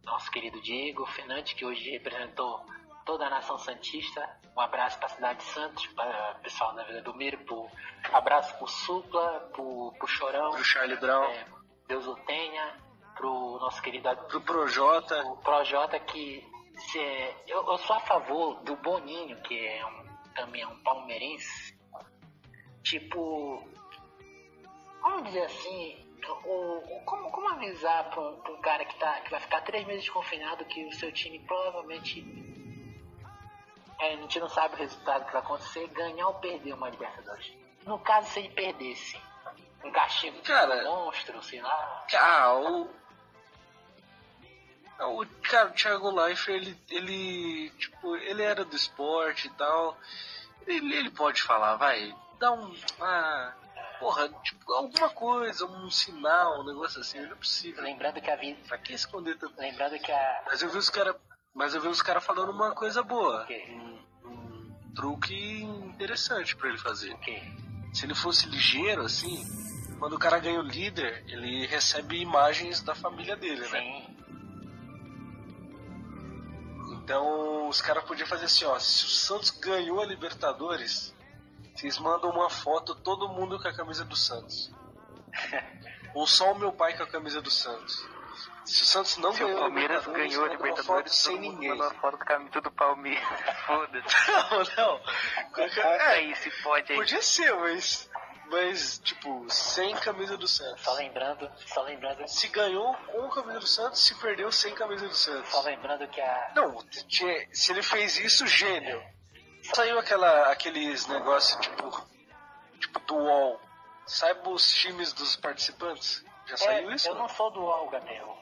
Speaker 1: nosso querido Diego Fernandes, que hoje representou toda a nação santista. Um abraço para a cidade de Santos, para o pessoal da Vila do Miro, pro... abraço pro Supla, pro, pro Chorão,
Speaker 2: Pro Charlie Brown,
Speaker 1: é, Deus o tenha, pro nosso querido
Speaker 2: pro Projota.
Speaker 1: o Projota que se, eu, eu sou a favor do Boninho, que é um, também é um palmeirense. Tipo, vamos dizer assim, o, o- como, como avisar pra um, pra um cara que, tá, que vai ficar três meses confinado que o seu time provavelmente é, a gente não sabe o resultado que vai acontecer, ganhar ou perder uma Libertadores. No caso, se ele perdesse, um castigo
Speaker 2: Cara.
Speaker 1: um monstro, sei lá.
Speaker 2: Ah, o. Ah, O, cara, o Thiago Leifert, ele, ele, tipo, ele era do esporte e tal. Ele, ele pode falar, vai, dá um. Ah, porra, tipo, alguma coisa, um sinal, um negócio assim, não é possível.
Speaker 1: Lembrando que a vida.
Speaker 2: Pra que esconder tanto?
Speaker 1: Lembrando que a.
Speaker 2: Mas eu vi os caras. Mas eu vi os caras falando uma coisa boa.
Speaker 1: que-
Speaker 2: Um truque interessante pra ele fazer.
Speaker 1: Ok.
Speaker 2: Se ele fosse ligeiro, assim, quando o cara ganha o líder, ele recebe imagens da família dele, né?
Speaker 1: Sim.
Speaker 2: Então os caras podiam fazer assim, ó, se o Santos ganhou a Libertadores, vocês mandam uma foto, todo mundo com a camisa do Santos. Ou só o meu pai com a camisa do Santos. Se o Santos não
Speaker 3: Se o
Speaker 2: ganhou
Speaker 3: Palmeiras
Speaker 2: eles
Speaker 3: ganhou
Speaker 2: mandam
Speaker 3: a
Speaker 2: uma foto
Speaker 3: Libertadores,
Speaker 2: sem
Speaker 3: todo mundo
Speaker 2: ninguém.
Speaker 3: mandou a foto do caminho do Palmeiras. Foda-se.
Speaker 2: Não, não.
Speaker 3: Conta
Speaker 2: É,
Speaker 3: aí se pode aí.
Speaker 2: podia ser, mas. Mas, tipo, sem camisa do Santos.
Speaker 1: Só lembrando, só lembrando,
Speaker 2: Se ganhou com camisa do Santos, se perdeu sem camisa do Santos.
Speaker 1: só lembrando que a
Speaker 2: Não, tinha- se ele fez isso, gênio. Saiu aquela, aqueles negócios tipo, tipo do UOL. Saiba os times dos participantes? Já saiu
Speaker 1: É,
Speaker 2: isso?
Speaker 1: Eu não sou do UOL, Gabriel.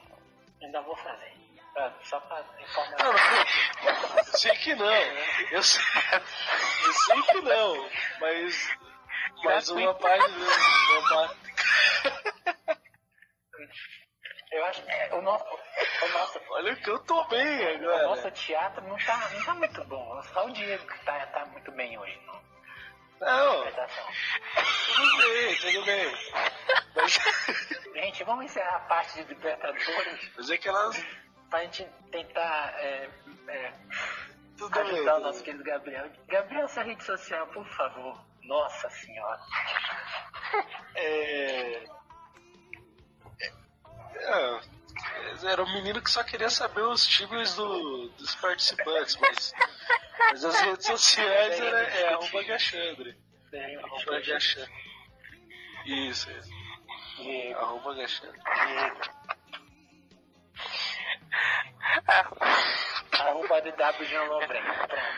Speaker 1: Ainda vou fazer. Ah, Só pra informar.
Speaker 2: Não, não. sei que não. Eu sei, eu sei que não. Mas, mas uma página. Uma página
Speaker 1: Eu acho é, o nosso, O nosso,
Speaker 2: Olha o que eu tomei
Speaker 1: o
Speaker 2: agora.
Speaker 1: nosso teatro não tá, não tá muito bom. Só o Diego que tá, tá muito bem hoje. Não. assim,
Speaker 2: Não,
Speaker 1: Interpretação.
Speaker 2: tudo bem, tudo bem. Mas,
Speaker 1: Gente, vamos encerrar a parte de Libertadores
Speaker 2: mas é que elas.
Speaker 1: pra gente tentar é, é,
Speaker 2: Tudo bem.
Speaker 1: ajudar o
Speaker 2: tudo
Speaker 1: nosso
Speaker 2: bem.
Speaker 1: querido Gabriel. Gabriel, sua rede social, por favor. Nossa senhora.
Speaker 2: É... É, Era um menino que só queria saber os times do- dos participantes, mas, mas as redes sociais era, é arroba Gachandre.
Speaker 1: É,
Speaker 2: Arroba Gachandre. Isso, isso.
Speaker 1: Diego,
Speaker 2: Arroba Gachandre.
Speaker 1: Diego. Arroba DW Jean Lombré. Pronto.